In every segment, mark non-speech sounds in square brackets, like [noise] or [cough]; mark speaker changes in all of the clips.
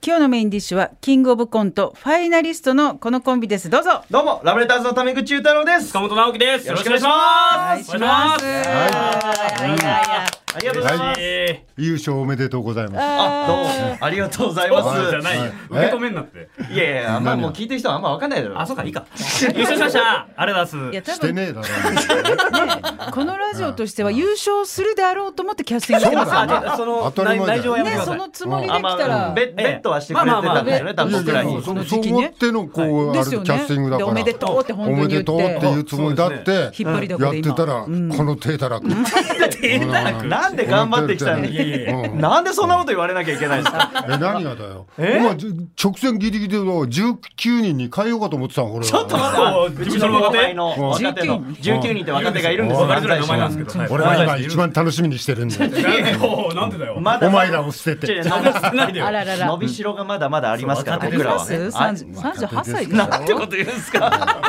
Speaker 1: 今日のメインディッシュはキングオブコントファイナリストのこのコンビですどうぞ
Speaker 2: どうもラブレターズのタメ口太郎です。
Speaker 3: 塚本直樹です。
Speaker 2: よろしくお願いします
Speaker 3: お願いします。
Speaker 1: はいいやいや
Speaker 2: ありがとうございま
Speaker 3: 嬉し
Speaker 2: す。
Speaker 3: い。
Speaker 4: 優勝おめでとうございます。
Speaker 2: あ、どうもありがとうございま
Speaker 3: そうじゃ
Speaker 2: す。
Speaker 3: ないよ。受け止めんなって。
Speaker 2: いやいや、あんまもう聞いてる人はあんまわかんないだろ。
Speaker 3: あ、そうか、いいか。優勝しました。あれだす。
Speaker 1: いや多
Speaker 4: して
Speaker 1: 分ね
Speaker 3: [laughs]
Speaker 4: ねえだろ。
Speaker 1: このラジオとしては優勝するであろうと思ってキャスティングしてます
Speaker 4: そう
Speaker 1: よ
Speaker 4: だ
Speaker 1: ね
Speaker 4: ね
Speaker 3: あ、その
Speaker 4: 当たり前だ
Speaker 3: 内
Speaker 4: よ
Speaker 3: 情はやめてく
Speaker 1: ね
Speaker 3: だ
Speaker 1: そ
Speaker 3: さい。
Speaker 1: のつもりで
Speaker 2: あ
Speaker 1: 来
Speaker 2: ま
Speaker 1: たら
Speaker 2: あ、ベベッドはしてくれてたんですよね、多分
Speaker 4: いやい
Speaker 2: 僕ら
Speaker 4: や
Speaker 2: に。い
Speaker 4: も
Speaker 2: う
Speaker 4: そ
Speaker 1: の
Speaker 4: の
Speaker 1: 時
Speaker 4: そう
Speaker 1: 期ね
Speaker 4: 思ってのこう、
Speaker 1: で
Speaker 4: あ
Speaker 1: す
Speaker 4: れ
Speaker 1: よ
Speaker 4: キャスティン
Speaker 1: ね
Speaker 4: グだ
Speaker 1: で
Speaker 4: か
Speaker 1: おめで
Speaker 4: ら。
Speaker 1: とうって本当
Speaker 4: おめ
Speaker 1: に言
Speaker 4: で
Speaker 1: って
Speaker 4: とうっていうつもりだって
Speaker 1: 引っ張りだこ
Speaker 4: やっ
Speaker 1: で
Speaker 4: て
Speaker 1: 今
Speaker 4: たらこの手たらく。
Speaker 2: なんで頑張ってきたの
Speaker 4: う
Speaker 2: に
Speaker 4: ん
Speaker 3: いやいや
Speaker 4: うん
Speaker 2: なんでそんなこと言われなきゃいけないんですか
Speaker 4: え何がだよ。お前じ直線ギリギリで19人に変えようかと思ってたのこれ。ちょっと
Speaker 3: あとうちの若手。
Speaker 2: の若手の
Speaker 1: 19
Speaker 2: 19人って若手がいるんですよ
Speaker 3: わかりづらい名前なんですけど。
Speaker 4: 俺は今一番楽しみにしてるんだよ。
Speaker 3: [laughs] おお、なんでだよ。
Speaker 2: まだ
Speaker 4: お前らを捨て
Speaker 2: ちょい
Speaker 4: て。
Speaker 2: や伸びし
Speaker 3: ないでよ
Speaker 1: あ。ららら
Speaker 2: 伸びしろがまだまだありますから
Speaker 3: そう
Speaker 2: 僕らはね
Speaker 1: 38
Speaker 2: あ
Speaker 1: 歳でし
Speaker 2: なんて
Speaker 1: ょ
Speaker 2: こと言うんですか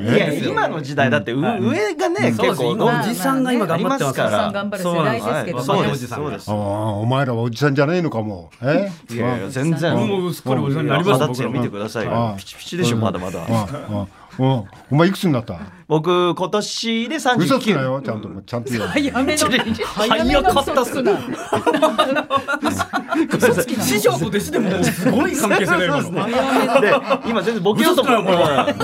Speaker 2: いや今の時代だってう上がね
Speaker 3: そうで
Speaker 2: 結
Speaker 3: す
Speaker 2: 構
Speaker 3: 今おじさんが今頑張ってますか
Speaker 2: ありますからおじさ
Speaker 3: ら。
Speaker 2: ん
Speaker 1: 頑張る
Speaker 3: そうな
Speaker 1: 世代
Speaker 3: ん
Speaker 1: ですけどね
Speaker 3: はい
Speaker 2: そう
Speaker 3: 若い
Speaker 2: で
Speaker 3: おじ
Speaker 2: す
Speaker 3: さん
Speaker 2: そう
Speaker 3: が
Speaker 2: です
Speaker 4: ああお前らはおじさんじゃねえのかも。え？
Speaker 2: いやいや全然
Speaker 3: もうすっかりおじさんになりました。
Speaker 2: だって見てくださいよ
Speaker 4: うん
Speaker 2: ピチピチでしょまだまだ
Speaker 4: ああああお前いくつになった？
Speaker 2: 僕今年で39
Speaker 4: 嘘つくなよちゃんとちゃんと言う。
Speaker 1: 早めの早めの嘘つくな
Speaker 3: 師匠と弟子でもすごい関係性だよ。今
Speaker 2: そうです
Speaker 3: の
Speaker 2: ねで今全然ボケようともうん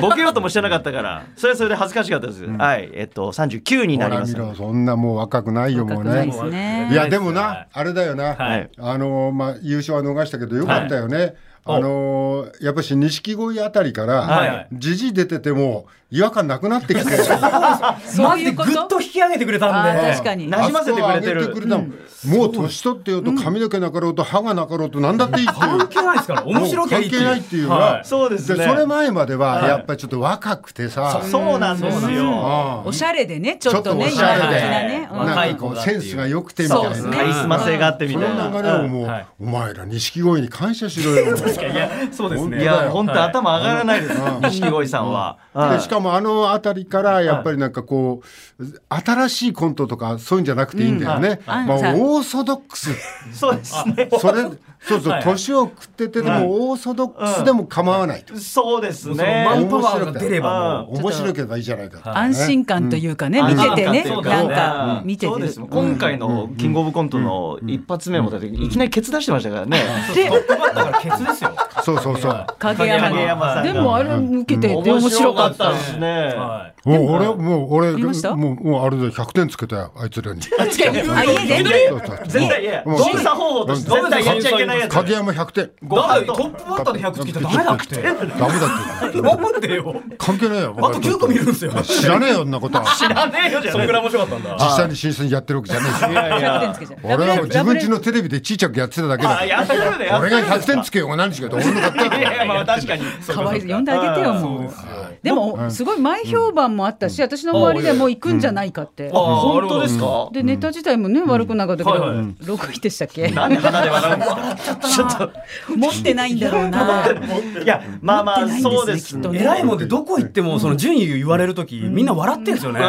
Speaker 2: ボケようともしてなかったからそれはそれで恥ずかしかったですはいえっと39になります
Speaker 4: ほら見ろそんなもう若くないよもう
Speaker 1: 若くない
Speaker 4: ね
Speaker 1: ですね
Speaker 4: いやでも
Speaker 3: は
Speaker 4: ないあれだよな、
Speaker 3: はい
Speaker 4: あのーまあ優勝は逃したけどよかったよね、あのーやっぱし錦鯉あたりか
Speaker 3: はいはい
Speaker 4: らじじい出てても違和感なくなってきてあ
Speaker 1: そういうこ
Speaker 3: マジでぐっ
Speaker 1: と
Speaker 3: と引き上げてくれたん
Speaker 1: あ
Speaker 3: で。
Speaker 1: ー確かに
Speaker 2: [laughs] なじませてくれてる
Speaker 4: そこ上げたもんもう年取ってようと髪の毛なかろうと歯がなかろうと何だっていいっていう
Speaker 2: [laughs]
Speaker 3: 関係ないですから。面
Speaker 4: も
Speaker 3: 白
Speaker 4: う
Speaker 3: きゃ
Speaker 4: 関
Speaker 3: いいって
Speaker 4: 係ないっていう
Speaker 3: は
Speaker 4: ない
Speaker 2: そうですね
Speaker 4: それ前までは
Speaker 2: はい
Speaker 4: やっぱりちょっと若くてさ、
Speaker 2: そうなんですよ
Speaker 4: ああ
Speaker 1: おしゃれでねち
Speaker 4: ち
Speaker 1: ょ
Speaker 4: ょ
Speaker 1: っ
Speaker 4: っ
Speaker 1: と
Speaker 4: と
Speaker 1: ね
Speaker 4: お
Speaker 1: 今
Speaker 4: しゃれで、
Speaker 1: ねうん
Speaker 4: なんかこうセンスが良くてみたい
Speaker 1: そうです
Speaker 4: な、
Speaker 1: ね
Speaker 2: カリスマ性があってみ
Speaker 4: そ
Speaker 2: たい
Speaker 4: の
Speaker 2: な
Speaker 4: 流れをもう、
Speaker 3: はい
Speaker 4: お前ら錦鯉に感謝しろ
Speaker 1: [laughs]
Speaker 4: よ。
Speaker 3: いや、そうですね。
Speaker 2: いや本当頭上がらないです
Speaker 4: うん
Speaker 2: 錦鯉さんはは
Speaker 4: で
Speaker 2: い
Speaker 4: しかもあの辺りからやっぱりなんかこう新しいコントとかそういうんじゃなくていいんだよね、
Speaker 1: はい
Speaker 4: ま
Speaker 1: あの
Speaker 4: あ、
Speaker 1: さ
Speaker 4: オーソドックス
Speaker 2: そうですね
Speaker 1: [laughs]
Speaker 4: それそうそう、
Speaker 3: はい
Speaker 4: 年を食っててでもオーソドックスでも構わないと、
Speaker 2: そうです
Speaker 3: そのマン
Speaker 2: ね
Speaker 3: パワーが出ればもう。
Speaker 2: うん
Speaker 4: 面白ければいいじゃないかと、
Speaker 1: 安心感というかね、
Speaker 2: 安
Speaker 1: 見
Speaker 2: 心
Speaker 1: て
Speaker 2: 感
Speaker 1: てね、
Speaker 2: という
Speaker 1: なんか見てて、
Speaker 2: そうですもん今回のキングオブコントの一発目もだっていきなりケツ出してましたからね
Speaker 1: で
Speaker 3: トップバッターからケツですよ。
Speaker 4: そうそうそう
Speaker 1: 影山
Speaker 2: 影山
Speaker 1: が
Speaker 2: さんが
Speaker 1: でもあれ受けてて面白かった
Speaker 2: 面白かったですね
Speaker 3: は
Speaker 4: もう俺もう俺
Speaker 1: 見ました
Speaker 4: もうもうあれで100点つけたよあいつらに。そう
Speaker 1: あ家で
Speaker 4: そうそう
Speaker 2: 絶対いや
Speaker 4: もう
Speaker 2: 審査方法として絶対やっちゃいけないやつ
Speaker 4: 影山100点
Speaker 3: い。だってトップバッターで100つけたらダメだって。
Speaker 4: ダメだって
Speaker 3: なんでよ。
Speaker 4: 関係ないよ
Speaker 3: あと9個見るんですよ。
Speaker 4: 知らねえよんなことは
Speaker 2: 知らねえよじゃ
Speaker 3: それ
Speaker 2: ね
Speaker 3: ぐらい面白かったんだ。
Speaker 4: 実際に審査にやってるわけじゃねえし
Speaker 1: 100点つけちゃう。
Speaker 4: 俺はもう自分家
Speaker 1: の
Speaker 4: のテレビでちいちゃくやってただけ
Speaker 2: あ
Speaker 4: だ
Speaker 2: やってるねやって
Speaker 4: 俺
Speaker 2: る
Speaker 4: が100点つけようが何しようが俺の勝手
Speaker 2: いやいやまあ確かに
Speaker 1: 可愛い呼んであげてよもう。でもすごい前評判もあったし、私の周りでもう行くんじゃないかって。
Speaker 2: あ本当ですか
Speaker 1: でネタ自体もね悪くなかったけど
Speaker 3: はいはい
Speaker 1: 6位でしたっけ
Speaker 2: なんで鼻で笑うんですかちょっと
Speaker 1: 持ってないんだろうな。
Speaker 2: いやまあまあそう
Speaker 1: 持ってないん
Speaker 2: です
Speaker 1: ですねきっとね
Speaker 3: 偉いもんでどこ行ってもその順位言われるときみんな笑ってん [laughs] ですよね。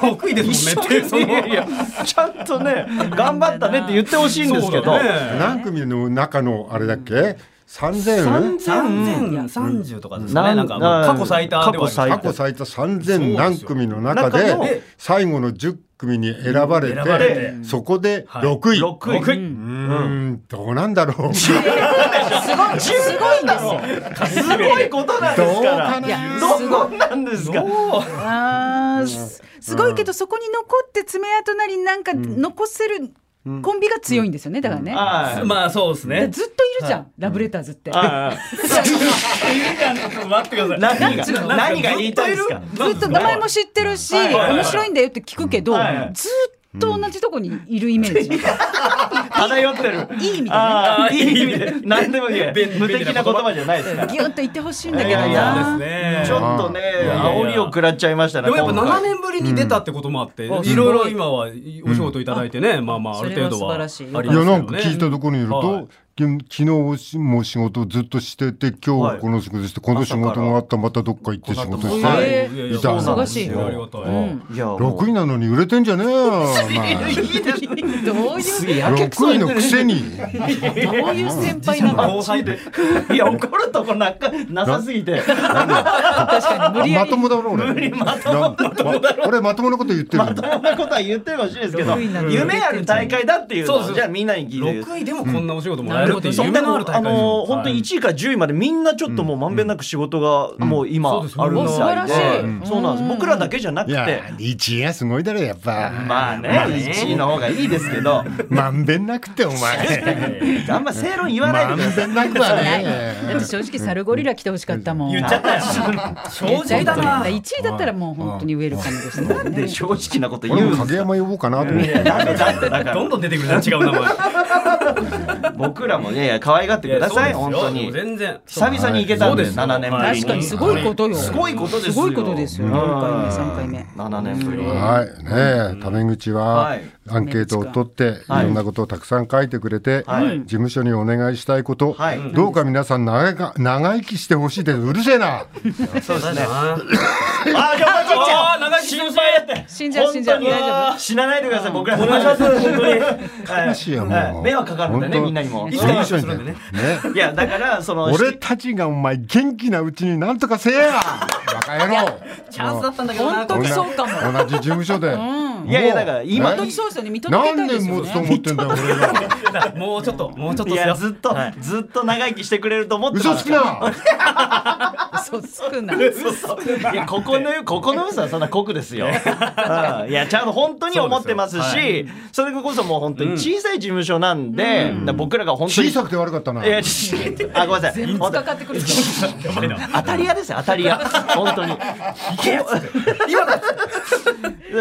Speaker 3: 得意ですもんねってその。
Speaker 2: いやちゃんとね頑張ったねって言ってほしいんですけど
Speaker 4: 何組の中のあれだっけ3000
Speaker 3: 三千三十とかですね。
Speaker 2: なん
Speaker 3: なんかもう過去最多では
Speaker 2: 過去最
Speaker 4: 過去最多3000何組の中
Speaker 2: 中の
Speaker 4: で最後の10組に選ばれ
Speaker 3: 選ばれ
Speaker 4: て
Speaker 3: て
Speaker 4: そこで6位う
Speaker 2: 6位
Speaker 4: ーんどうなんだろうどう
Speaker 1: すごいすごいんですよ。
Speaker 2: すごいことなんですから
Speaker 4: か
Speaker 1: いや
Speaker 4: な
Speaker 1: すご
Speaker 2: ど
Speaker 1: いう
Speaker 2: なんですか
Speaker 1: あーすすごいけどそこに残って爪痕なりなんか残せるコンビが強いんですよねだからね。
Speaker 2: はい
Speaker 3: まあそうです
Speaker 1: で
Speaker 3: ね。
Speaker 1: ずっといるじゃんラブレターズって。
Speaker 2: はい
Speaker 3: 待ってください。
Speaker 2: 何が何が言いたいですか
Speaker 1: ずっと名前も知ってるし、
Speaker 2: はいはいはい
Speaker 1: 面白いんだよって聞くけど、
Speaker 2: はいはい
Speaker 1: ずっと同じとこにいるイメー
Speaker 2: [laughs]
Speaker 1: ジ。
Speaker 2: 漂ってる
Speaker 1: いい意味でね。
Speaker 2: ああいい意味で何でも [laughs] いい無敵な言葉じゃないですから
Speaker 1: ギュンと言ってほしいんだけど
Speaker 2: やいや
Speaker 1: な。
Speaker 3: ね
Speaker 2: ちょっとね煽りを食らっちゃいましたね
Speaker 3: でもやっぱ
Speaker 2: 今回
Speaker 3: 7年ぶりに出たってこともあって、
Speaker 1: うん
Speaker 3: いろいろ今はお仕事いただいてね、まあまあある程度はあります
Speaker 1: それは素晴らしい
Speaker 3: よね
Speaker 4: いやなんか聞いたところによる
Speaker 3: はい
Speaker 4: とき昨日も仕事ずっとしてて今
Speaker 2: は
Speaker 4: 日
Speaker 2: い
Speaker 4: この仕事して、この仕事があったまたどっか行って仕事し
Speaker 1: は
Speaker 4: て
Speaker 1: い
Speaker 3: えー
Speaker 4: いた
Speaker 3: そうなんです
Speaker 2: 忙しい
Speaker 3: よありがたい。
Speaker 2: いやもう
Speaker 4: 6位なのに売れてんじゃねえよ
Speaker 2: [laughs]
Speaker 4: お
Speaker 1: どういう
Speaker 2: すげえや
Speaker 4: 前
Speaker 2: けくそ
Speaker 4: 6位のくせに
Speaker 1: どういう先輩な [laughs] の
Speaker 2: 後輩でいや怒るとこなかなさすぎて
Speaker 1: 確かに無理や
Speaker 4: ま
Speaker 1: り
Speaker 4: ともだろ俺
Speaker 2: 無理まと
Speaker 4: なま俺まともなこと言ってる
Speaker 2: まともなことは言ってるかもしれないですけど
Speaker 1: 得意なの
Speaker 2: 夢ある大会だっていうの
Speaker 3: そうそ
Speaker 2: を
Speaker 3: う
Speaker 2: じゃあみんなに聞いて
Speaker 3: 6位でもこんなお仕事もらえるっていう
Speaker 2: そう
Speaker 3: 夢のある大
Speaker 2: あ
Speaker 3: 会ですよ
Speaker 2: のー本当に1位から10位までみんなちょっともうまんべんなく仕事がもう今あ
Speaker 3: うん
Speaker 2: る
Speaker 3: そう
Speaker 2: み
Speaker 3: ですね
Speaker 2: たい
Speaker 1: 素晴らしい
Speaker 2: で
Speaker 1: うん
Speaker 2: そうなんです僕らだけじゃなく
Speaker 4: いや
Speaker 2: て
Speaker 4: 1位はすごいだろやっぱ
Speaker 2: まあね1位の方がいいですけど
Speaker 4: まんべんなくてお前
Speaker 2: あんま正 [laughs] 論言わない
Speaker 4: ま
Speaker 2: でく
Speaker 4: ん
Speaker 2: ださ
Speaker 4: べんなくはね
Speaker 1: だって正直サルゴリラ来てほしかったもん
Speaker 3: 言っちゃったよ。正直だな。
Speaker 1: 1位だったらもう本当にウェルカムです
Speaker 2: いで
Speaker 1: ね
Speaker 2: 正直なこと言
Speaker 4: 俺
Speaker 2: うん
Speaker 4: も
Speaker 2: です
Speaker 4: 影
Speaker 2: よ
Speaker 4: 山呼ぼうかなと思って
Speaker 2: なんでなんでだから
Speaker 3: どんどん出てくるな違う名前。
Speaker 2: 僕らもねいや可愛がってください
Speaker 3: やそう
Speaker 2: 本
Speaker 3: ですよ
Speaker 2: 当に
Speaker 3: 全然。
Speaker 2: 久々に行けたんで
Speaker 3: そうですよ
Speaker 2: 7年ぶり
Speaker 1: 確かにすごいことよ
Speaker 2: すごいことですよ
Speaker 1: すごいことですよ
Speaker 2: うん
Speaker 1: 4回目3回目
Speaker 2: 7年ぶり
Speaker 4: はい、ねえ、タメ口
Speaker 2: は
Speaker 4: はいアンケートを取って、い
Speaker 2: はい
Speaker 4: ろんなことをたくさん書いてくれて、
Speaker 2: はい
Speaker 4: 事務所にお願いしたいこと、
Speaker 2: はい
Speaker 4: どうか皆さん長いか長生きしてほしいです。うるせえな。
Speaker 2: そうですね
Speaker 3: あ
Speaker 2: あじゃあおばあちゃん
Speaker 3: あ長生きしてほしいって。
Speaker 1: 死んじゃう死んじゃう
Speaker 2: 本当
Speaker 1: 大
Speaker 2: に
Speaker 1: 丈夫
Speaker 2: 死なないでください僕らお願いします本当に
Speaker 4: 悲しいよもう
Speaker 2: 迷惑かかるんだよね
Speaker 4: 本当
Speaker 2: みんなにも
Speaker 3: い
Speaker 4: 事
Speaker 3: つか
Speaker 4: 務
Speaker 3: は
Speaker 4: 所に
Speaker 3: それで
Speaker 4: ね
Speaker 3: ね。
Speaker 4: ね
Speaker 2: いやだからその
Speaker 4: 俺たちがお前元気なうちになんとかせえや。バカ野郎。
Speaker 3: チャンスだったんだけどな。
Speaker 1: 本当にそうかも
Speaker 4: 同じ事務所で。
Speaker 2: いやいやだから今
Speaker 1: 本
Speaker 4: も
Speaker 1: 当
Speaker 4: う
Speaker 1: にそうですよね見届けた
Speaker 4: 何
Speaker 1: いで
Speaker 4: 年
Speaker 1: すよ
Speaker 4: 持つと
Speaker 1: ね
Speaker 4: 思ってんだよ俺が。
Speaker 3: もうちょっともうちょっ
Speaker 2: い
Speaker 3: とっす
Speaker 2: や
Speaker 3: よ
Speaker 2: ずっとずっと長生きしてくれると思って
Speaker 4: 嘘
Speaker 2: ま
Speaker 4: つ
Speaker 2: す
Speaker 4: く
Speaker 2: から
Speaker 4: な。
Speaker 1: 嘘つくない
Speaker 2: やここのここの嘘はそんな酷ですよ。うんいやちゃんと本当に思ってますし、そ,、れこそもう本当に小さい事務所なんで、だから僕らが本当に
Speaker 4: 小さくて悪かったな。
Speaker 2: いやちあごめんなさい。
Speaker 1: 全部
Speaker 2: 本当
Speaker 1: かかってくる
Speaker 2: 当たり屋ですよ当たり屋本当に。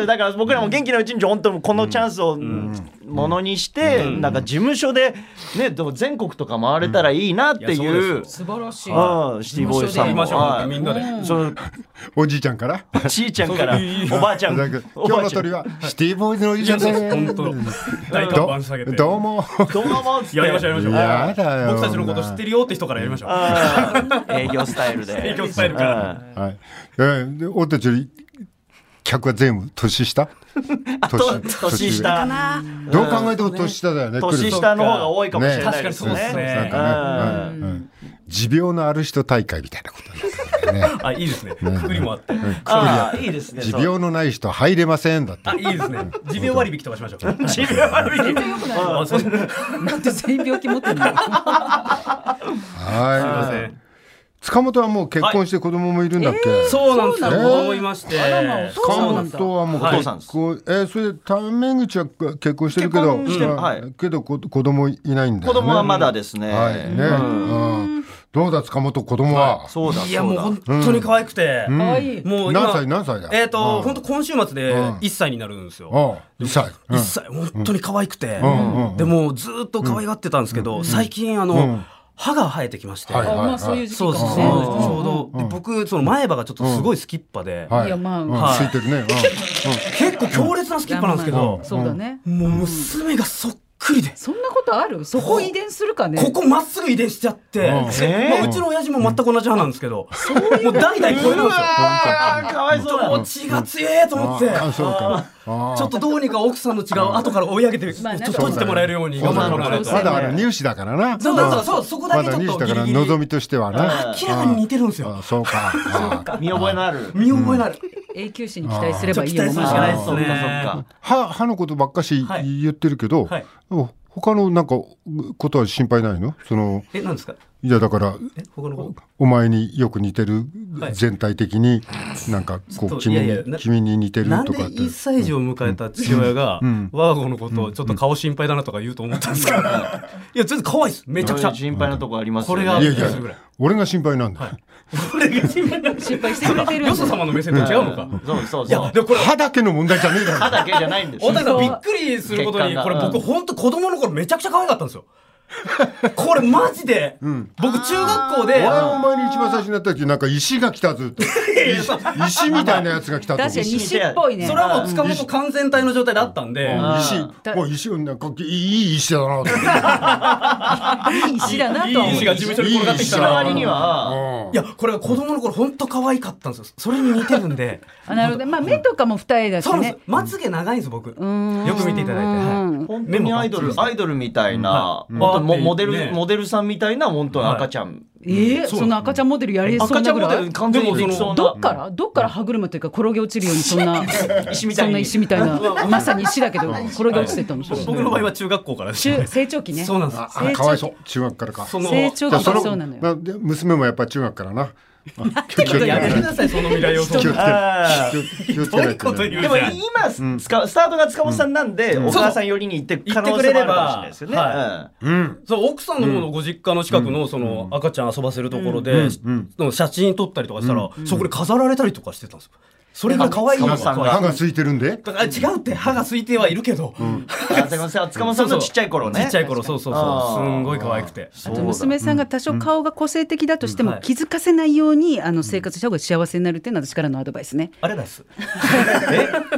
Speaker 2: だから僕らも元気なうちに本当にこのチャンスをものにして、なんか事務所でねどう全国とか回れたらいいなってい
Speaker 3: いやそう
Speaker 2: う。
Speaker 1: 素晴らしい
Speaker 2: うんシティボーイさ
Speaker 3: やり
Speaker 2: んも、
Speaker 3: ましょう
Speaker 2: はい
Speaker 3: みんなで。
Speaker 2: その
Speaker 4: おじいちゃんから。
Speaker 2: ちいちゃんからおばあちゃん
Speaker 4: なんか
Speaker 2: お
Speaker 4: 今
Speaker 2: ば
Speaker 4: 日
Speaker 2: あちゃ
Speaker 4: の
Speaker 2: ん
Speaker 4: 鳥はシティボーイズのおじいちゃんだよ
Speaker 3: 本当大看
Speaker 4: ど
Speaker 3: 板下げて。
Speaker 4: どうも。
Speaker 2: どうもっつって
Speaker 3: やりましょうやりましょう。
Speaker 4: やだよ
Speaker 3: 僕たちのこと知ってるよって人からやりましょう。
Speaker 2: うん営業スタイルで
Speaker 3: 影響スタイルから。
Speaker 4: はい。えー、で俺たちより客は全部年下
Speaker 2: と年下
Speaker 4: 上どう考えても年下だよね。
Speaker 2: 年下の方が多いかもしれないですね
Speaker 3: ね確かにそう
Speaker 4: 来る人
Speaker 3: です
Speaker 4: なん
Speaker 3: ね
Speaker 4: かね、うんうん持病のある人大会みたいなことになってるよね。
Speaker 3: あいいですね。くくりもあって。
Speaker 2: ああいいですね
Speaker 4: 持病のない人入れませんだって。
Speaker 3: あいいですね。持病割引とかしましょう。
Speaker 2: そう持病悪い
Speaker 3: あそうすいま
Speaker 1: なんて全員病気持ってんの
Speaker 4: は
Speaker 3: せ
Speaker 4: い。
Speaker 3: ん。
Speaker 4: 塚本はもう結婚して子供もいるんだっけ。
Speaker 3: そうなんです
Speaker 4: そうな
Speaker 3: よ。
Speaker 4: の
Speaker 3: 思いまして。
Speaker 4: 塚
Speaker 1: そうなんだ
Speaker 4: 本はもう
Speaker 2: はい
Speaker 4: 結婚、えーそれでタメ口は結婚してるけど、
Speaker 2: 結婚してる
Speaker 4: うん
Speaker 2: はい
Speaker 4: けどこ子供いないんだよね。
Speaker 2: 子供はまだですね
Speaker 4: はいね、うんどうだ塚本子供は、
Speaker 2: そうだ
Speaker 3: いや
Speaker 2: そ
Speaker 3: も
Speaker 2: う
Speaker 3: う
Speaker 2: だ
Speaker 3: 本当に可愛くて。
Speaker 1: 可愛い
Speaker 3: もう今
Speaker 4: 何歳何歳だ
Speaker 3: えっ
Speaker 4: う
Speaker 3: と
Speaker 4: ん
Speaker 3: 本当今週末で1歳になるんですよ。
Speaker 4: ああ1歳、うん
Speaker 3: 1歳本当に可愛くて
Speaker 4: んうん。
Speaker 3: でもずーっと可愛がってたんですけど、最近あ
Speaker 4: うん
Speaker 3: の歯が生えてきまして。
Speaker 4: はい
Speaker 1: あまあそういう時期か
Speaker 3: そう
Speaker 1: も
Speaker 3: で
Speaker 1: ね
Speaker 3: すね。ちょうどで僕その前歯がちょっとすごいスキッパで、
Speaker 4: はい
Speaker 1: いやまあ
Speaker 4: うん
Speaker 3: はい
Speaker 4: ついてるね、うん
Speaker 3: 結構強烈なスキッパなんですけど、
Speaker 1: そうだね
Speaker 3: もう娘がそっくりで。
Speaker 1: そんなことあるそこ遺伝するかね
Speaker 3: ここまっすぐ遺伝しちゃって、
Speaker 4: うん
Speaker 3: まあうちの親父も全く同じ歯なんですけど、もう代々これなん
Speaker 2: う
Speaker 3: ですよ。
Speaker 2: わーかわいそう
Speaker 3: もう
Speaker 2: だ
Speaker 3: 血が強えと思って
Speaker 4: ああそうかああ
Speaker 3: [laughs] ちょっとどうにか奥さんの血が後から追い上げてちょ
Speaker 1: まあ
Speaker 3: っ
Speaker 1: ね
Speaker 3: と閉じてもらえるように頑張ってもらえると
Speaker 4: まだあの乳歯だからな
Speaker 3: そうだそうそうそこだ
Speaker 4: ま
Speaker 3: け
Speaker 4: だ
Speaker 3: ち
Speaker 4: 乳
Speaker 3: ょっ
Speaker 4: 歯
Speaker 3: と
Speaker 4: だ
Speaker 3: ギ
Speaker 4: か
Speaker 3: リ
Speaker 4: ら
Speaker 3: ギリ
Speaker 4: 望みとしてはな
Speaker 3: 明らかに似てるんです
Speaker 4: あ
Speaker 3: よ
Speaker 4: あそ
Speaker 3: [laughs]
Speaker 4: うかああ
Speaker 2: 見覚えのある
Speaker 3: 見覚えのある
Speaker 1: 永久歯に期待すればいい
Speaker 3: ちょ
Speaker 1: よ
Speaker 3: っと期待す
Speaker 1: マジで
Speaker 3: るしかないです
Speaker 2: そっかそっ
Speaker 3: ね
Speaker 2: か
Speaker 4: 歯歯のことばっかし
Speaker 3: はい
Speaker 4: 言ってるけど、
Speaker 3: はい
Speaker 4: でも他のなんかことは心配ないのその
Speaker 3: えなんですか
Speaker 4: いやだから
Speaker 3: え他のこと
Speaker 4: お前によく似てる、
Speaker 3: はい
Speaker 4: 全体的になんか
Speaker 3: ち
Speaker 4: こ
Speaker 3: ょ
Speaker 4: う
Speaker 3: っとい
Speaker 4: 君
Speaker 3: や
Speaker 4: に
Speaker 3: いやな
Speaker 4: 君に似てる
Speaker 3: なん
Speaker 4: と
Speaker 3: で
Speaker 4: かって
Speaker 3: 1歳児を迎えた父親が我が子のことをちょっと顔心配だなとか言うと思ったんですけどいや全然可愛いですめちゃくちゃ
Speaker 2: 心配なとこありますよ
Speaker 3: こ
Speaker 2: ね
Speaker 3: れが
Speaker 4: いやいや
Speaker 3: それぐらい
Speaker 4: 俺が心配なんだよ、
Speaker 1: 心配してくれてるん
Speaker 3: よそ
Speaker 1: だ
Speaker 3: 様の目線と違うのか
Speaker 2: そうそう
Speaker 3: い
Speaker 2: そ
Speaker 3: や
Speaker 2: う
Speaker 3: でもこれ
Speaker 4: 歯だけの問題じゃねえだろ
Speaker 2: 歯だけじゃないんです
Speaker 3: 大
Speaker 2: よ
Speaker 3: 谷さんびっくりすることに
Speaker 2: 血管
Speaker 3: これ
Speaker 2: が
Speaker 3: 僕
Speaker 2: うん
Speaker 3: 本当子供の頃めちゃくちゃ可愛かったんですよこれマジで僕中学校で
Speaker 4: [laughs] 俺お前に一番最初になった時なんか石が来たずって
Speaker 3: い
Speaker 4: 石石みたいなやつが来たと
Speaker 1: 確かに西っぽいね
Speaker 3: それはもう塚本完全体の状態だったんで、
Speaker 2: ん
Speaker 4: 石もう石なんかいい石だなと
Speaker 3: [laughs]
Speaker 4: 思って
Speaker 1: いい石だないと思う
Speaker 3: い石が事務所に転がってきた
Speaker 2: 周
Speaker 3: な
Speaker 2: りには、
Speaker 3: いやこれが子供の頃本当可愛かったんですよそれに似てるんで
Speaker 1: あなるほどまあ目とかも二重だし
Speaker 3: そうなんです
Speaker 1: ね
Speaker 3: よまつげ長いんです僕よく
Speaker 1: ん
Speaker 3: 見ていただいてはい
Speaker 2: 本当にアイドル、アイドルみたいな、
Speaker 3: うん
Speaker 2: 本当にも
Speaker 3: うん
Speaker 2: モデル、
Speaker 3: ね
Speaker 2: モデルさんみたいな、本当に赤ちゃん。
Speaker 1: ええその赤ちゃんモデルやりそう
Speaker 2: 赤ち
Speaker 1: な
Speaker 2: ゃん
Speaker 1: ぐ
Speaker 2: モ
Speaker 1: ら
Speaker 2: デ
Speaker 1: い
Speaker 2: ル完全にできそう
Speaker 1: ど
Speaker 2: な
Speaker 1: っ。からどっから歯車というか転げ落ちるようにそんな
Speaker 2: 石み
Speaker 1: そ
Speaker 2: たいに
Speaker 1: んな石みたいなまさに石だけど転げ落ちてったのそれ
Speaker 3: 僕の場合は中学校からですね
Speaker 1: 中成長期ね
Speaker 3: [laughs] そうなんです
Speaker 4: あ
Speaker 3: よ
Speaker 4: あかわいそう中学からか
Speaker 3: その
Speaker 1: 成長期
Speaker 4: じゃ
Speaker 1: が
Speaker 4: あの
Speaker 1: そうなのよ
Speaker 4: なで娘もやっぱ中学からな
Speaker 1: [laughs]
Speaker 4: あ気をつけて
Speaker 3: やめてくださいその未来予想
Speaker 4: 気をつけ
Speaker 2: あー
Speaker 4: て気をつけない
Speaker 3: どういうこと言う
Speaker 2: でも今、スカスタートが塚本さんなんで、お母さん寄りに行って可能性もあるかもしれないですよね。
Speaker 3: 行ってくれれば
Speaker 2: うん
Speaker 4: うん
Speaker 3: そう奥さんの方のご実家の近くのその赤ちゃん遊ばせるところでの写真撮ったりとかしたらそこに飾られたりとかしてたんですよそれが可愛い
Speaker 2: 塚
Speaker 3: の
Speaker 2: 本さん
Speaker 4: 歯
Speaker 2: が
Speaker 4: が空いてるんで
Speaker 3: あ違うって歯が推定はいるけど
Speaker 2: あ塚本さん塚本さんのちっちゃい頃ね。
Speaker 3: ちっちゃい頃そうそう
Speaker 2: あ
Speaker 3: そう
Speaker 2: ー
Speaker 3: すんごい可愛くて
Speaker 1: あと娘さんが多少顔が個性的だとしても気づかせないようにあの生活した方が幸せになるっていうのは私からのアドバイスね
Speaker 3: あれです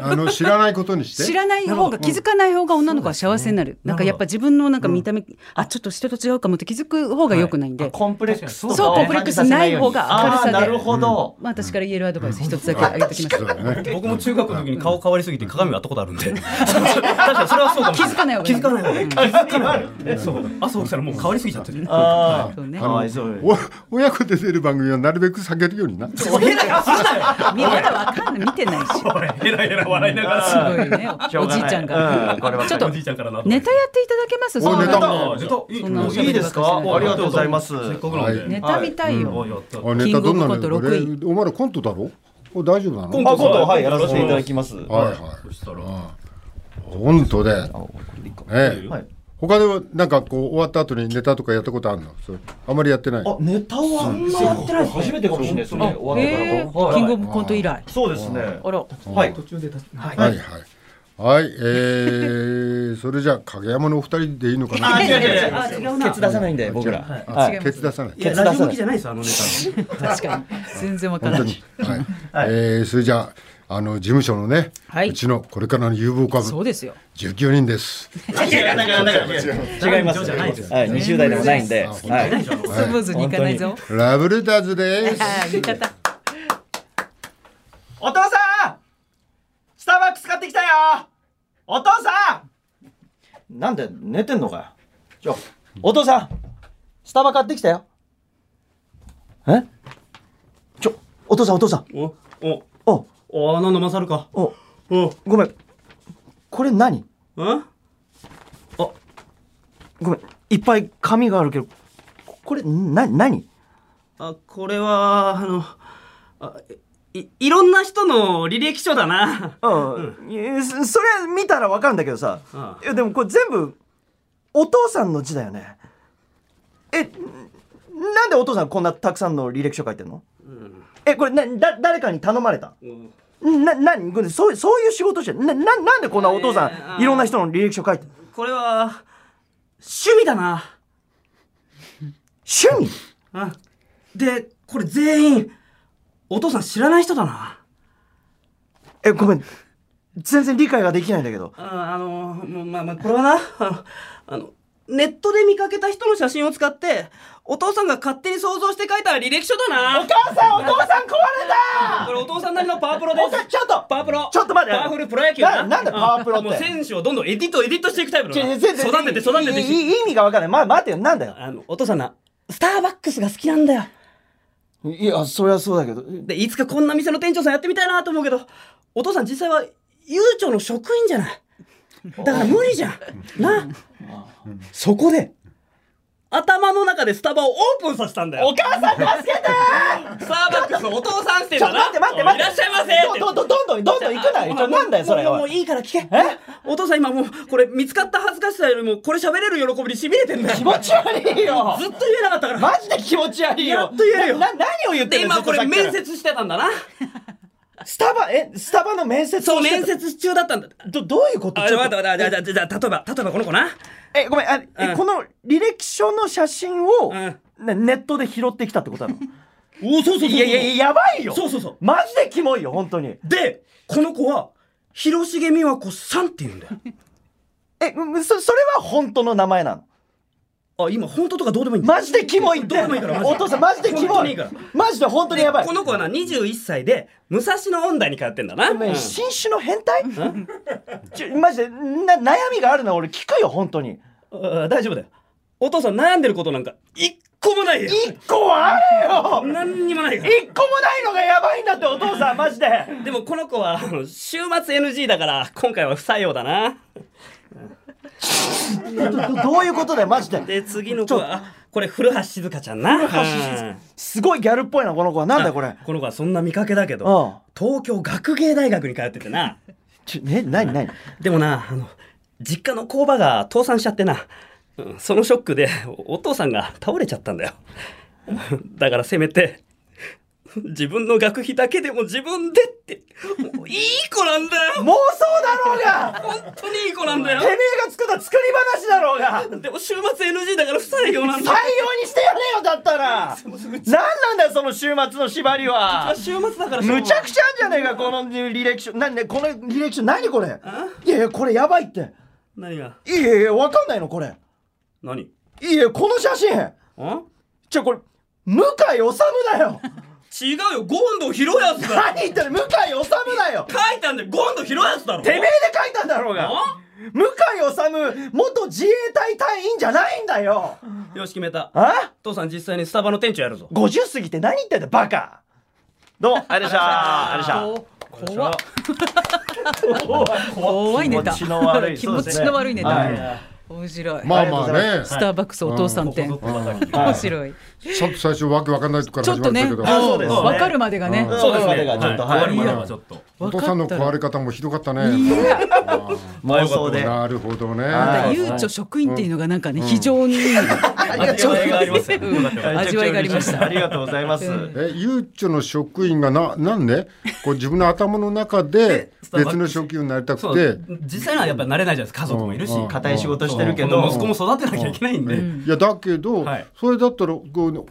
Speaker 4: あの知らないことにして
Speaker 1: 知らない方が気づかない方が女の子は幸せになるなんかやっぱ自分のなんか見た目あちょっと人と違うかもって気づく方が良くないんで
Speaker 2: コンプレックスを
Speaker 1: そうコンプレックスない方が明るさで
Speaker 2: あーなるほど。
Speaker 1: まあ私から言えるアドバイス一つだけ挙げておきま
Speaker 4: [laughs] そ
Speaker 1: す
Speaker 4: うだよ
Speaker 3: [laughs]
Speaker 4: ね
Speaker 3: 僕も中学の時に顔変わりすぎて鏡割ったことあるんで [laughs] 確かにそれはそうかもしれ
Speaker 1: 気づかない方がいい
Speaker 3: 気づかない方がいい気づかない方がいいそう朝起きたらもう変わりすぎちゃってる
Speaker 2: あ
Speaker 1: そうね
Speaker 2: あ、かわいそう。
Speaker 4: お親子で出る番組はなるべく避けるようにな
Speaker 1: 見まだわかんない見てないしす
Speaker 3: [laughs] おいヘラヘラ笑いながら
Speaker 1: ごいね
Speaker 2: しょ
Speaker 1: お
Speaker 2: うがない
Speaker 1: じいちゃんが
Speaker 2: うんこれは
Speaker 1: ちょっと
Speaker 3: おじいちゃんからな
Speaker 1: ネタやっていただけます
Speaker 4: おネタ
Speaker 3: あネタいい
Speaker 1: そんなおしゃ
Speaker 2: い
Speaker 1: べり
Speaker 2: いで
Speaker 1: ばっ
Speaker 2: す
Speaker 1: かりし
Speaker 2: か
Speaker 1: な。い
Speaker 2: ありがとうございます。
Speaker 3: せっかくなんで
Speaker 1: ネタ見たいよ
Speaker 3: あやった
Speaker 4: あネタどんなの
Speaker 1: キングオブコント
Speaker 4: これ
Speaker 1: 6
Speaker 4: お前らコントだろこれ大丈夫なの
Speaker 2: あ、今度はいやらせていただきます。
Speaker 4: はいはい
Speaker 3: そしたら
Speaker 4: 本当で
Speaker 2: あこれでいいか
Speaker 4: ええ
Speaker 2: はい
Speaker 4: 他ではなんかこう終わった後にネタとかやったことあるのそれあまりやってない
Speaker 2: あ、ネタはあんまやってないです。初めてかもしれないですね。終わって
Speaker 1: え
Speaker 2: から
Speaker 1: ーキングオ
Speaker 2: はい。
Speaker 1: ブコント以来
Speaker 2: そうですね。
Speaker 1: あら
Speaker 2: はい。
Speaker 4: はいはいはいえー、それじゃあ影山のお二人でいいのかな
Speaker 2: あ、違う違う
Speaker 1: あ違う
Speaker 2: 違う。
Speaker 1: な
Speaker 2: ケツ出さないんで、僕ら。は
Speaker 1: 違
Speaker 2: い。
Speaker 1: う
Speaker 4: ケツ出さない
Speaker 3: いやラジオ向きじゃないですよあのネタ
Speaker 1: 確かに全然わから
Speaker 4: 本当
Speaker 1: ない
Speaker 4: にはい、えー、それじゃああの事務所のね、
Speaker 1: はいう
Speaker 4: ちのこれからの有望
Speaker 1: そ
Speaker 4: 株
Speaker 1: うですよ
Speaker 4: 19人です
Speaker 2: 違います。はい、20代でもないんで。はい。
Speaker 1: スムーズにいかないぞ
Speaker 4: ラブレターズです
Speaker 1: ああ言い方
Speaker 2: お父さんスターバックス買ってきたよお父さんなんで寝てんのかよちょお父さんスタバ買ってきたよえちょお父さんお父さん
Speaker 3: おお
Speaker 2: お
Speaker 3: おあなんだ勝るか
Speaker 2: お
Speaker 3: お
Speaker 2: ごめんこれ何
Speaker 3: うん
Speaker 2: ごめんいっぱい紙があるけどここれな何
Speaker 3: あこれはあのあいいろんな人の履歴書だな
Speaker 2: ああ、いやそそれ見たらわかるんだけどさ、
Speaker 3: ああ
Speaker 2: いやでもこれ全部お父さんの字だよねえんなんでお父さんこんなたくさんの履歴書書いてんの、えこれなだ誰かに頼まれた、な何これそうそういう仕事してなななんでこんなお父さん、
Speaker 3: えーああ
Speaker 2: いろんな人の履歴書書いてんの
Speaker 3: これは趣味だな
Speaker 2: 趣味
Speaker 3: うんでこれ全員お父さん知らない人だな
Speaker 2: えごめん全然理解ができないんだけど
Speaker 3: ああのもうまあまあこれはなあのあのネットで見かけた人の写真を使ってお父さんが勝手に想像して書いた履歴書だなお
Speaker 2: 母さんお父さん壊れ
Speaker 3: これお父さんなりのパワープロで
Speaker 2: お母さん
Speaker 3: す
Speaker 2: ちょっと
Speaker 3: パワープロ
Speaker 2: ちょっと待って
Speaker 3: パワフルプロ野球
Speaker 2: ななんだパワープロって
Speaker 3: もう選手をどんどんエディットエディットしていくタイプ
Speaker 2: ち
Speaker 3: だ
Speaker 2: ょ
Speaker 3: な
Speaker 2: 全
Speaker 3: 育
Speaker 2: 然
Speaker 3: てて育てて
Speaker 2: いいいい意味がわかんない、ま、待てよなんだよ
Speaker 3: あのお父さんなスターバックスが好きなんだよ
Speaker 2: いやそりゃそうだけど
Speaker 3: でいつかこんな店の店長さんやってみたいなと思うけどお父さん実際は悠長の職員じゃないだから無理じゃんなそこで頭の中でスタバをオープンさせたんだよ
Speaker 2: お母さん助けて
Speaker 3: スターバックスのお父さんって
Speaker 2: ちょっと待って待って待って
Speaker 3: いらっしゃいませって
Speaker 2: どどどどんどんどんどん行くなよちょなんだよそれ
Speaker 3: もうもうも
Speaker 2: お
Speaker 3: う
Speaker 2: い
Speaker 3: いいから聞けお父さん今もうこれ見つかった恥ずかしさよりもこれ喋れる喜びにしびれてんだよ
Speaker 2: 気持ち悪いよ
Speaker 3: ずっと言えなかったから
Speaker 2: マジで気持ち悪いよ
Speaker 3: やっと言えるよ
Speaker 2: なな何を言って
Speaker 3: で
Speaker 2: る
Speaker 3: 今これ面接してたんだな
Speaker 2: スタバえスタバの面接をしてた
Speaker 3: そう面接中だったんだ
Speaker 2: どどういうこと
Speaker 3: あ、
Speaker 2: ち
Speaker 3: ち
Speaker 2: ょ
Speaker 3: ょ
Speaker 2: っ
Speaker 3: っ
Speaker 2: と
Speaker 3: と待って待って、じゃあ、じゃあ、例えば、例えばこの子な。
Speaker 2: えごめんあえ
Speaker 3: うん
Speaker 2: この履歴書の写真を
Speaker 3: うん [laughs]
Speaker 2: ねネットで拾ってきたってことなの
Speaker 5: おそうそうそうそう
Speaker 2: いやいやいや、やばいよ
Speaker 5: そうそうそう
Speaker 2: マジでキモいよ、本当に。
Speaker 5: でこの子は広重美和子さんって言うんだよ
Speaker 2: え、うんそそれは本当の名前なの
Speaker 5: [laughs] あ今本当とかどうでもいいんだ
Speaker 2: マジでキモいんだよ
Speaker 5: どうでもいいからマジで
Speaker 2: お父さん、マジでキ
Speaker 5: 本当
Speaker 2: モ
Speaker 5: にい
Speaker 2: い
Speaker 5: いから。
Speaker 2: マジで本当にやばい
Speaker 5: こ。の子はな21歳で武蔵野音大に通ってんだな、
Speaker 2: お前
Speaker 5: うん
Speaker 2: 新種の変態ちょマジでな悩みがあるなら俺聞くよ本当に
Speaker 5: あ大丈夫だよお父さん悩んでることなんか一個もないよ
Speaker 2: 一個はあれよ
Speaker 5: 何にもないから
Speaker 2: 一個もないのがやばいんだってお父さんマジで
Speaker 5: でもこの子はあの週末 NG だから今回は不採用だな
Speaker 2: どどういうことだよマジで
Speaker 5: で次の子はあこれ古橋静香ちゃんな古
Speaker 2: 橋静香すごいギャルっぽいなこの子はなんだこれ
Speaker 5: この子はそんな見かけだけ
Speaker 2: うん
Speaker 5: ど東京学芸大学に通っててな
Speaker 2: ちょね何何
Speaker 5: でもなあの実家の工場が倒産しちゃってな、うんそのショックでおお父さんが倒れちゃったんだよだからせめて自分の学費だけでも自分でってもういい子なんだ
Speaker 2: 妄
Speaker 5: よ
Speaker 2: 想だろうが
Speaker 5: 本当にいい子なんだ
Speaker 2: [laughs] て
Speaker 5: よ
Speaker 2: めえが作った作り話だろう
Speaker 5: [laughs]
Speaker 2: が
Speaker 5: でも週末 NG だから不採用なん
Speaker 2: 採
Speaker 5: だ
Speaker 2: 用にしてやれよだった
Speaker 5: [laughs]
Speaker 2: ら何なんだよその週末の縛りは
Speaker 5: 週末だから
Speaker 2: [laughs] むちゃくちゃあんじゃねえかこの履歴書何ねこの履歴書何これいやいやこれやばいって
Speaker 5: 何が
Speaker 2: いやいやいやわかんないのこれ
Speaker 5: 何
Speaker 2: いやいやこの写真
Speaker 5: ん
Speaker 2: ちょこれ向井治だ [laughs] よ
Speaker 5: 違うよ権藤博康だ
Speaker 2: 何言ってる向井治だよ
Speaker 5: 書いたんだよ権藤博康だろ
Speaker 2: てめえで書いたんだろうが
Speaker 5: あ
Speaker 2: 向井治元自衛隊隊員じゃないんだよ
Speaker 5: よし決めた
Speaker 2: あ
Speaker 5: 父さん実際にスタバの店長やるぞ
Speaker 2: 50過ぎて何言ってんだよバカどうもありがとうございましたありがとうございました
Speaker 1: 怖っ怖いネタ
Speaker 2: 気持ちの悪
Speaker 1: [laughs]
Speaker 2: い
Speaker 1: 気持ちの悪いネタ、
Speaker 2: そうですね
Speaker 1: 面白い、
Speaker 4: まあまあね、
Speaker 1: スターバックスお父さん店、面白い、
Speaker 4: ちょっと最初わけわかんないとこか
Speaker 1: ち
Speaker 4: ら
Speaker 1: ょっ
Speaker 4: 始
Speaker 1: と
Speaker 4: まっ
Speaker 1: ね
Speaker 4: たけ
Speaker 1: 分
Speaker 4: ど、
Speaker 2: あそうですね
Speaker 1: かるまでがね、
Speaker 2: そうですねちょっとはい
Speaker 3: 終わりまではちょっと。
Speaker 4: お
Speaker 1: 分
Speaker 4: 父
Speaker 1: か
Speaker 4: さん
Speaker 1: っ
Speaker 4: の
Speaker 1: た
Speaker 4: 壊
Speaker 1: ら
Speaker 4: れ方もひどかった
Speaker 1: い
Speaker 4: ね。
Speaker 1: や
Speaker 2: 妄想で
Speaker 4: なるほどね。
Speaker 2: は
Speaker 1: 悠長職員っていうのがなんかね、非常に、 [laughs]
Speaker 3: 味わいがありますね
Speaker 1: うん味わいがありまし
Speaker 2: あ
Speaker 1: た
Speaker 2: りがとうございます。
Speaker 4: え、ゆうちょの職員がな、なんで、こう自分の頭の中で、
Speaker 3: スタバ
Speaker 4: 別の職員になりた
Speaker 3: そ
Speaker 4: くて
Speaker 3: う。実際はやっぱり慣れないじゃないですか家族もいるし
Speaker 4: うん
Speaker 2: 硬い仕事してるけ
Speaker 3: そう
Speaker 2: ど、
Speaker 3: 息子も育てなきゃいけないんで、
Speaker 4: いやだけど、
Speaker 3: はい
Speaker 4: それだったらごごめ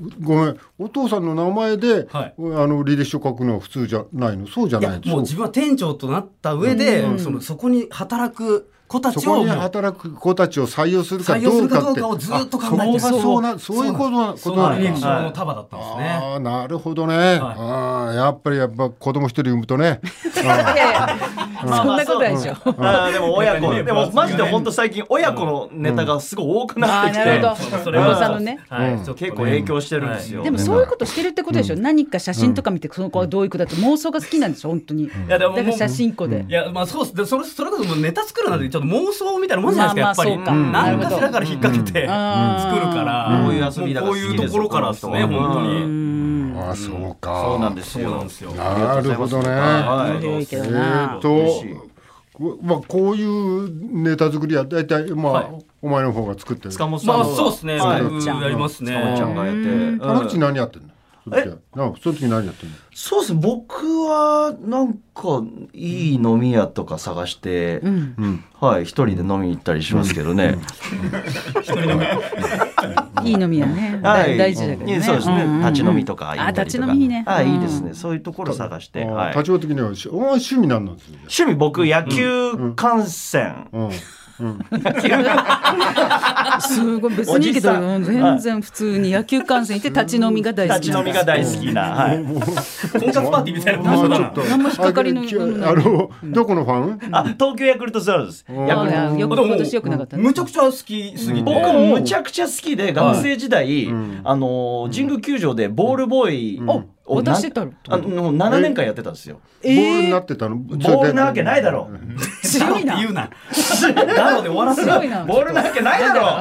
Speaker 4: んお父さんの名前で、
Speaker 3: はい
Speaker 4: あの履歴書書くのは普通じゃないのそうじゃ
Speaker 3: い
Speaker 4: な
Speaker 3: や
Speaker 4: いでし
Speaker 3: もう
Speaker 4: ょ
Speaker 3: 自分は店長となった上で、そのそこに働く子た
Speaker 4: そ
Speaker 3: ちを
Speaker 4: こに
Speaker 3: もう
Speaker 4: 働く子たちを採用するか
Speaker 3: 採用
Speaker 4: ど
Speaker 3: す
Speaker 4: う
Speaker 3: るか
Speaker 4: か
Speaker 3: ど
Speaker 4: っ
Speaker 3: う
Speaker 4: て
Speaker 3: かをずっと考えて
Speaker 4: あそこがそうなそういうことなことな
Speaker 3: そう
Speaker 4: の
Speaker 3: 履歴
Speaker 4: か
Speaker 3: 書の束だったんですね、
Speaker 4: ああなるほどね、ああやっぱりやっぱ子供一人産むとね
Speaker 1: いやいやそんなことないでしょ
Speaker 2: あーでも親子、
Speaker 3: うん
Speaker 2: でもマジで本当最近親子のネタがすごい多くな
Speaker 1: ああ
Speaker 2: ってき
Speaker 1: なる
Speaker 2: て、
Speaker 1: ほどお父さんのね
Speaker 3: はい
Speaker 4: うん
Speaker 3: ちょっとね
Speaker 2: 結構影響してるんですよ。
Speaker 1: でもそういうことしてるってことでしょ、何か写真とか見てその子はどういう子だと妄想が好きなんでしょ本当に、
Speaker 3: やで
Speaker 1: だ
Speaker 3: も
Speaker 1: から写真庫で、
Speaker 3: いやまあそうっすでそれそれこそもうネタ作るなんてちょっと妄想みたいなもんじゃないですか、
Speaker 1: まあ
Speaker 3: やっ
Speaker 1: まあ
Speaker 3: ぱり、
Speaker 1: そうか
Speaker 3: 何かしらから引っ掛けて、作る
Speaker 1: あー
Speaker 3: から、
Speaker 2: こういう遊びだか
Speaker 3: も
Speaker 2: ら
Speaker 3: うこういうところからですね、
Speaker 2: うん
Speaker 3: 本当に、
Speaker 4: ああそうか
Speaker 2: そうなんです
Speaker 3: そうなん
Speaker 2: よ
Speaker 3: で。すよ
Speaker 4: なるほどね
Speaker 1: 面
Speaker 2: はい。
Speaker 1: 白いけ
Speaker 4: え
Speaker 1: ど
Speaker 4: ー
Speaker 1: な
Speaker 4: っ、とこまあこういうネタ作りは大体まあ、お前の方が作ってる
Speaker 2: 塚本さん
Speaker 3: ま
Speaker 2: は
Speaker 3: あそうですね、
Speaker 2: はい
Speaker 3: 僕やりますね
Speaker 2: 塚本ちゃんがやってうん
Speaker 4: 田中何やってんのその時はなその時何やってんの
Speaker 2: そうですね。僕はなんかいい飲み屋とか探して、はい一人で飲みに行ったりしますけどね。
Speaker 1: いい飲み屋ね、
Speaker 2: はい
Speaker 1: 大大事だけどね
Speaker 2: いやそうですね
Speaker 1: んんん
Speaker 2: 立ち飲みとか行ったりとか
Speaker 1: あ立ち飲みいいね
Speaker 2: はいいいで
Speaker 1: う
Speaker 2: す
Speaker 1: ん
Speaker 2: ね。そういうところ探して、
Speaker 4: あ
Speaker 2: は
Speaker 4: あ
Speaker 2: い
Speaker 4: 多。長的にはしお前趣味なんなんですよじゃ
Speaker 2: 趣味僕野球観戦、
Speaker 4: あうん
Speaker 1: すごい別にいいけど
Speaker 2: おじさん
Speaker 1: うん全然普通に野球観戦行って立ち飲みが大好き
Speaker 2: 立ち飲みが大好きな、はい、
Speaker 3: 婚活パーティーみたいな
Speaker 4: まあ
Speaker 3: もん
Speaker 4: ち
Speaker 3: だ
Speaker 4: ょ
Speaker 3: な
Speaker 4: っと
Speaker 1: 何も引っかかりの
Speaker 4: ああのどこのファン
Speaker 2: あ東京ヤクルトスワローズです、
Speaker 4: ん
Speaker 2: ヤクルト
Speaker 1: ああよく今年よくなかったね
Speaker 3: むちゃくちゃ好きすぎて、
Speaker 2: 僕もむちゃくちゃ好きで学生時代、あのー神宮球場でボールボーイを
Speaker 1: 渡してたの
Speaker 2: あの7年間やってたんですよ
Speaker 4: ボールになってたの
Speaker 2: ボールなわけないだろ
Speaker 1: 強いな
Speaker 3: 言うな。なので終わらせ
Speaker 1: 強いな
Speaker 2: ボールなわけないだろ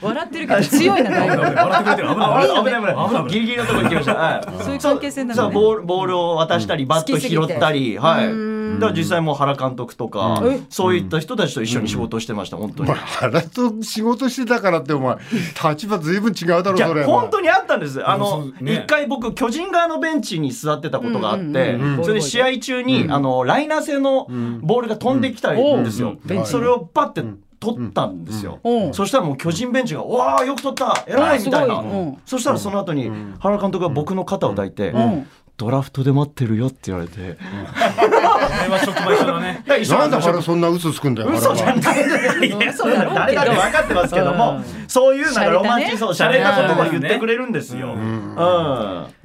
Speaker 1: 笑ってるけど強いな
Speaker 2: [laughs]
Speaker 1: だいぶ
Speaker 3: 笑ってくれてる。危
Speaker 2: あ
Speaker 3: ない
Speaker 2: 危ない危ない
Speaker 3: 危ない
Speaker 2: ギリギリのとこ行きました、はい、
Speaker 1: そういう関係性な
Speaker 2: そ
Speaker 1: の
Speaker 2: う
Speaker 1: ね
Speaker 2: ボールボールを渡したり、バット拾ったり、はい。だから実際もう原監督とか、
Speaker 1: うん
Speaker 2: そういった人たちと一緒に仕事をしてました、本当
Speaker 4: お
Speaker 2: に
Speaker 4: 前。原と仕事してたからってお前立場ずいぶん違うだろ
Speaker 2: じゃ
Speaker 4: それ
Speaker 2: 本当にあったんです。あ
Speaker 3: う
Speaker 2: の
Speaker 3: んそうね
Speaker 2: 一回僕巨人側のベンチに座ってたことがあっ
Speaker 1: う
Speaker 2: て
Speaker 1: んうんうん、
Speaker 2: それで試合中にあのライナー製のボールが飛んできたんです
Speaker 1: う
Speaker 2: よ
Speaker 1: んベン。チ
Speaker 2: それをパって取ったんですよ、
Speaker 1: うんうん
Speaker 2: そしたらもう巨人ベンチが「おわーよく取った偉い!」みたいな、
Speaker 1: あすごいうん
Speaker 2: そしたらその後に原監督が僕の肩を抱いて「
Speaker 1: ん
Speaker 2: ドラフトで待ってるよ」って言われて、
Speaker 5: れは職場一緒だね。
Speaker 2: だから一緒
Speaker 4: なん
Speaker 2: なん
Speaker 4: で
Speaker 2: です
Speaker 4: 原
Speaker 2: よ
Speaker 4: そんな嘘つくんだよ
Speaker 2: 嘘じゃ
Speaker 4: 原は
Speaker 2: ない
Speaker 1: 嘘だろう
Speaker 2: 誰
Speaker 1: け
Speaker 2: だって
Speaker 1: ど
Speaker 2: 分かってますけども、そういうなんかロマンチスをしゃれた言葉を言ってくれるんですよ。うん。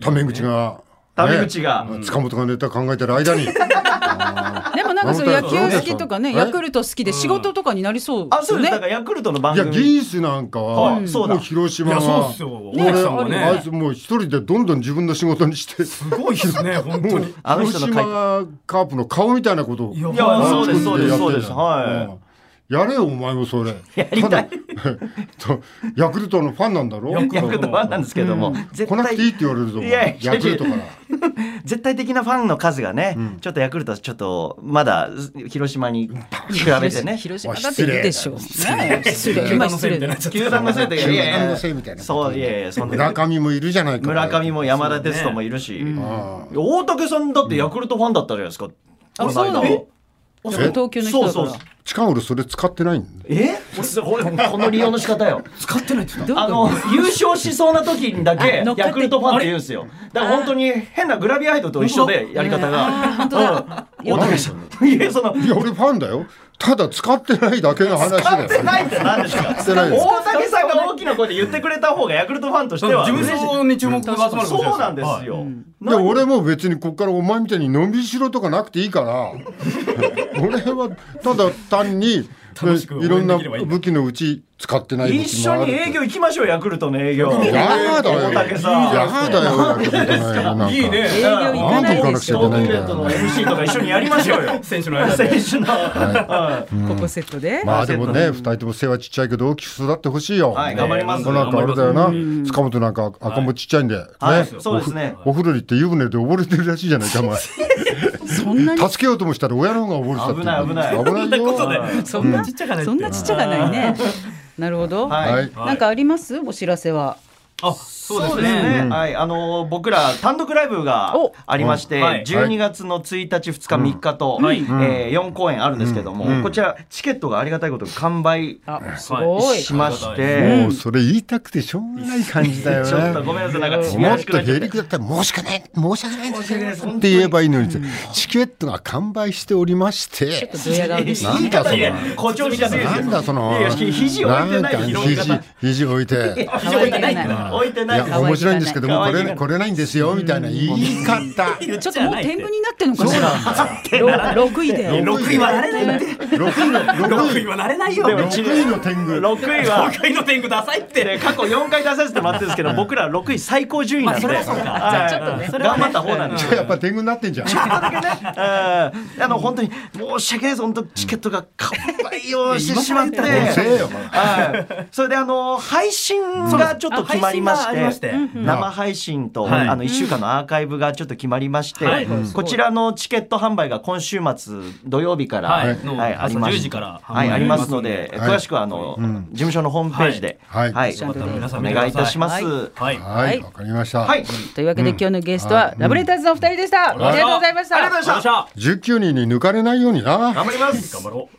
Speaker 4: タメ口が
Speaker 2: タメ口が。
Speaker 4: ね塚本がネタ考えてる間に
Speaker 1: でもなんかそう
Speaker 4: 本
Speaker 1: 野
Speaker 4: 当だよ
Speaker 1: 球好きとかね
Speaker 4: え
Speaker 1: ヤクルト好きで仕事とかになりそうで
Speaker 2: あ、
Speaker 1: す
Speaker 2: そう
Speaker 1: よ
Speaker 2: です。
Speaker 1: ね
Speaker 2: だからヤクルトの番
Speaker 4: いや
Speaker 2: 組。
Speaker 4: ギースなんか
Speaker 2: は
Speaker 4: はい
Speaker 2: そうだ
Speaker 4: もう広
Speaker 5: い
Speaker 4: 島
Speaker 5: や、そう
Speaker 4: は
Speaker 5: っすよ。お
Speaker 1: ね
Speaker 5: 客さんも
Speaker 1: ね
Speaker 5: ね。
Speaker 4: あいつもう一人でどんどん自分の仕事にして
Speaker 5: すごいですね、本
Speaker 4: も
Speaker 5: 当
Speaker 4: う
Speaker 5: に。
Speaker 2: あの
Speaker 4: 広
Speaker 2: 人の書いて
Speaker 4: 島カープの顔みたいなことを
Speaker 5: いや
Speaker 2: いや、
Speaker 5: あ
Speaker 2: そうです、そうです、そうです。
Speaker 4: や
Speaker 2: は
Speaker 4: れよお前もそれただ [laughs] とヤクルトのファンなんだろ
Speaker 5: ヤ
Speaker 2: い。ヤクルトファンなんですけども、絶
Speaker 4: 来なく
Speaker 2: 対
Speaker 4: ていいって言われるぞ
Speaker 2: いやいや
Speaker 4: ヤクルトから
Speaker 2: 絶対的なファンの数がね、ちょっとヤクルトはちょっとまだ広島に比べてね、
Speaker 1: 広島だっていいでしょう。ねえ失礼。
Speaker 5: 球
Speaker 1: 今
Speaker 5: 団の
Speaker 1: 失
Speaker 5: せ
Speaker 1: 礼だ
Speaker 5: いみたいになっ。ちゃっ
Speaker 2: 球団のせいで、いやい
Speaker 4: 球団
Speaker 2: や
Speaker 4: のせいみたいな
Speaker 2: そういやいや、そんな
Speaker 4: 村上もいるじゃないか
Speaker 2: 村上も山田哲人もいるし、
Speaker 4: あ
Speaker 2: 大竹さんだってヤクルトファンだったじゃないですか。
Speaker 1: あそうなの
Speaker 2: え
Speaker 1: あそう東京の人
Speaker 2: そう
Speaker 1: だか
Speaker 2: そう
Speaker 1: ら。。
Speaker 4: あしかも俺それ使ってないんだ
Speaker 2: え俺俺この利用の仕方よ。
Speaker 5: た。使ってないって言っ
Speaker 1: どう
Speaker 2: あ
Speaker 1: どう
Speaker 2: の優勝しそうな時にだけ
Speaker 1: あ乗っかって
Speaker 2: ヤクルトファンって言うんですよ。だから本当に変なグラビアアイドルと一緒でやり方
Speaker 1: あー
Speaker 2: が。
Speaker 1: 本当だ。よ
Speaker 4: 何
Speaker 2: うんいやその
Speaker 4: いや俺ファンだよただ使ってないだけの話だよ
Speaker 2: ないって何ですか。
Speaker 4: 使ってないです
Speaker 2: 大竹さんが大きな声で言ってくれた方がヤクルトファンとしては
Speaker 5: た。事
Speaker 2: 嬉しい。
Speaker 5: 務所に注目が集まるかもしれない。
Speaker 2: そうなんです
Speaker 5: はい。
Speaker 2: よ。
Speaker 4: で俺も別にここからお前みたいにのんびりしろとかなくていいから [laughs] 俺はただ単に
Speaker 5: 楽しく応
Speaker 4: いろん
Speaker 5: 援
Speaker 4: な
Speaker 5: できればいいんだ
Speaker 4: 武器のうち使ってない武
Speaker 2: 一
Speaker 4: 器
Speaker 2: 緒
Speaker 4: もある
Speaker 2: に営業行きましょうヤクルトの営業。
Speaker 4: やだよ
Speaker 2: 大竹さん。
Speaker 4: やだよやだよなんか
Speaker 5: いいね。
Speaker 1: 営業行かないでし
Speaker 4: な
Speaker 1: ょ
Speaker 4: ん。
Speaker 2: イベントの MC とか一緒にやりましょうよ。
Speaker 5: [laughs] 選手の間
Speaker 2: 選
Speaker 5: で。
Speaker 2: 手の。はい
Speaker 1: ここセットで。
Speaker 4: まあでもね二人とも背はちっちゃいけど大きく育ってほしいよ、
Speaker 2: はい頑張ります
Speaker 4: こうなんかあれだよな塚本なんか赤ん坊ちっちゃいんで、
Speaker 2: はい
Speaker 4: ね
Speaker 2: そうですね
Speaker 4: おお風呂に行って湯船で溺れてるらしいじゃないかお
Speaker 2: [laughs]
Speaker 4: 前
Speaker 1: そんなに。
Speaker 4: 助けようともしたら親の方が溺れてたって
Speaker 2: 危ない危
Speaker 4: 危ないよ
Speaker 1: そんな
Speaker 5: ちっちゃかないって
Speaker 1: そんなちっちゃがないね。なるほど。
Speaker 2: はい
Speaker 4: はい
Speaker 1: なんかありますお知らせは。
Speaker 5: あ、そうで
Speaker 2: そう
Speaker 5: す
Speaker 2: です
Speaker 5: ね。
Speaker 2: ね、はい、あのー僕ら単独ライブが
Speaker 1: お
Speaker 2: ありまして、
Speaker 5: はい
Speaker 2: 12月の1日、2日、3日と、
Speaker 5: はい
Speaker 2: えー、4公演あるんですけども、こちら、チケットがありがたいことに完売
Speaker 1: あ、すごい。
Speaker 2: しまし
Speaker 4: も
Speaker 2: て
Speaker 4: う、それ言いたくてしょうがない感じだよね
Speaker 2: [laughs] ちょっとごめんなさい、なんか、
Speaker 4: も
Speaker 2: よ
Speaker 4: っ
Speaker 2: ろしく
Speaker 4: と
Speaker 2: なっちゃ
Speaker 4: へ
Speaker 2: っ
Speaker 4: り
Speaker 2: て
Speaker 4: くだったら申し訳ない申し訳ない
Speaker 2: 訳ないです
Speaker 4: って言えばいいのにチケットが完売しておりまして
Speaker 1: ちょっとドヤ顔です。
Speaker 4: なんだそ
Speaker 2: いや
Speaker 4: の
Speaker 2: 誇張しすぎですよ
Speaker 4: なんだその
Speaker 2: いやいやひ肘置いてない
Speaker 4: んか
Speaker 2: 広げ
Speaker 4: 肘
Speaker 2: 方
Speaker 4: 肘置いて
Speaker 1: 可愛げがない。
Speaker 2: 置いて
Speaker 4: い
Speaker 2: ない
Speaker 4: や面白いんですけども
Speaker 2: 可
Speaker 4: こ
Speaker 2: 愛い
Speaker 4: れこれないんですよみたいな言い
Speaker 2: [laughs]
Speaker 4: 方
Speaker 1: ちょっともう天狗になってんのかしら。ろ六位で。
Speaker 5: 六位はなれないって。
Speaker 4: 6位の
Speaker 5: 六
Speaker 4: 6
Speaker 5: 位
Speaker 4: 位
Speaker 5: はなれないよ。
Speaker 2: でも
Speaker 5: 六
Speaker 2: 6
Speaker 4: 6位の天狗
Speaker 2: 位は
Speaker 5: 位の天狗ダサいって。
Speaker 2: で過去4回出させてもらってるんですけど僕ら6位最高順位なんで、
Speaker 5: まあそれはそうか
Speaker 2: はい
Speaker 5: じゃあちょっ
Speaker 1: とねそれ
Speaker 2: 頑張った方なんです
Speaker 4: やっぱ天狗になってんじゃん
Speaker 2: うんあの本当に申し訳ないです本当チケットが完売をしてしまって。
Speaker 5: 今更言
Speaker 4: ったらね遅えよまだ
Speaker 2: はい。それであの配信がちょっと決まりま
Speaker 5: あ配信がありま
Speaker 2: し
Speaker 5: してて、
Speaker 2: 生配信と
Speaker 5: はい
Speaker 2: あの一週間のアーカイブがちょっと決まりまして
Speaker 5: はい、
Speaker 2: こちらのチケット販売が今週末土曜日から
Speaker 5: はいの
Speaker 2: はいありま
Speaker 5: 朝
Speaker 2: す
Speaker 5: 10時から
Speaker 2: はいありますので
Speaker 4: はい
Speaker 2: 詳しくはあの事務所のホームページで
Speaker 4: はい
Speaker 2: はい
Speaker 1: ちゃんとね
Speaker 5: 皆さ
Speaker 2: お
Speaker 5: ん見てくださ
Speaker 2: 願いいたします。
Speaker 5: はい。
Speaker 4: はいわかりました、
Speaker 2: はい。
Speaker 1: というわけで今日のゲストはラブレターズのお二人でした。ありがとうございました。
Speaker 2: ありがとうございました。
Speaker 5: た。
Speaker 4: 19人に抜かれないようにな
Speaker 2: 頑張ります。
Speaker 5: 頑張ろう。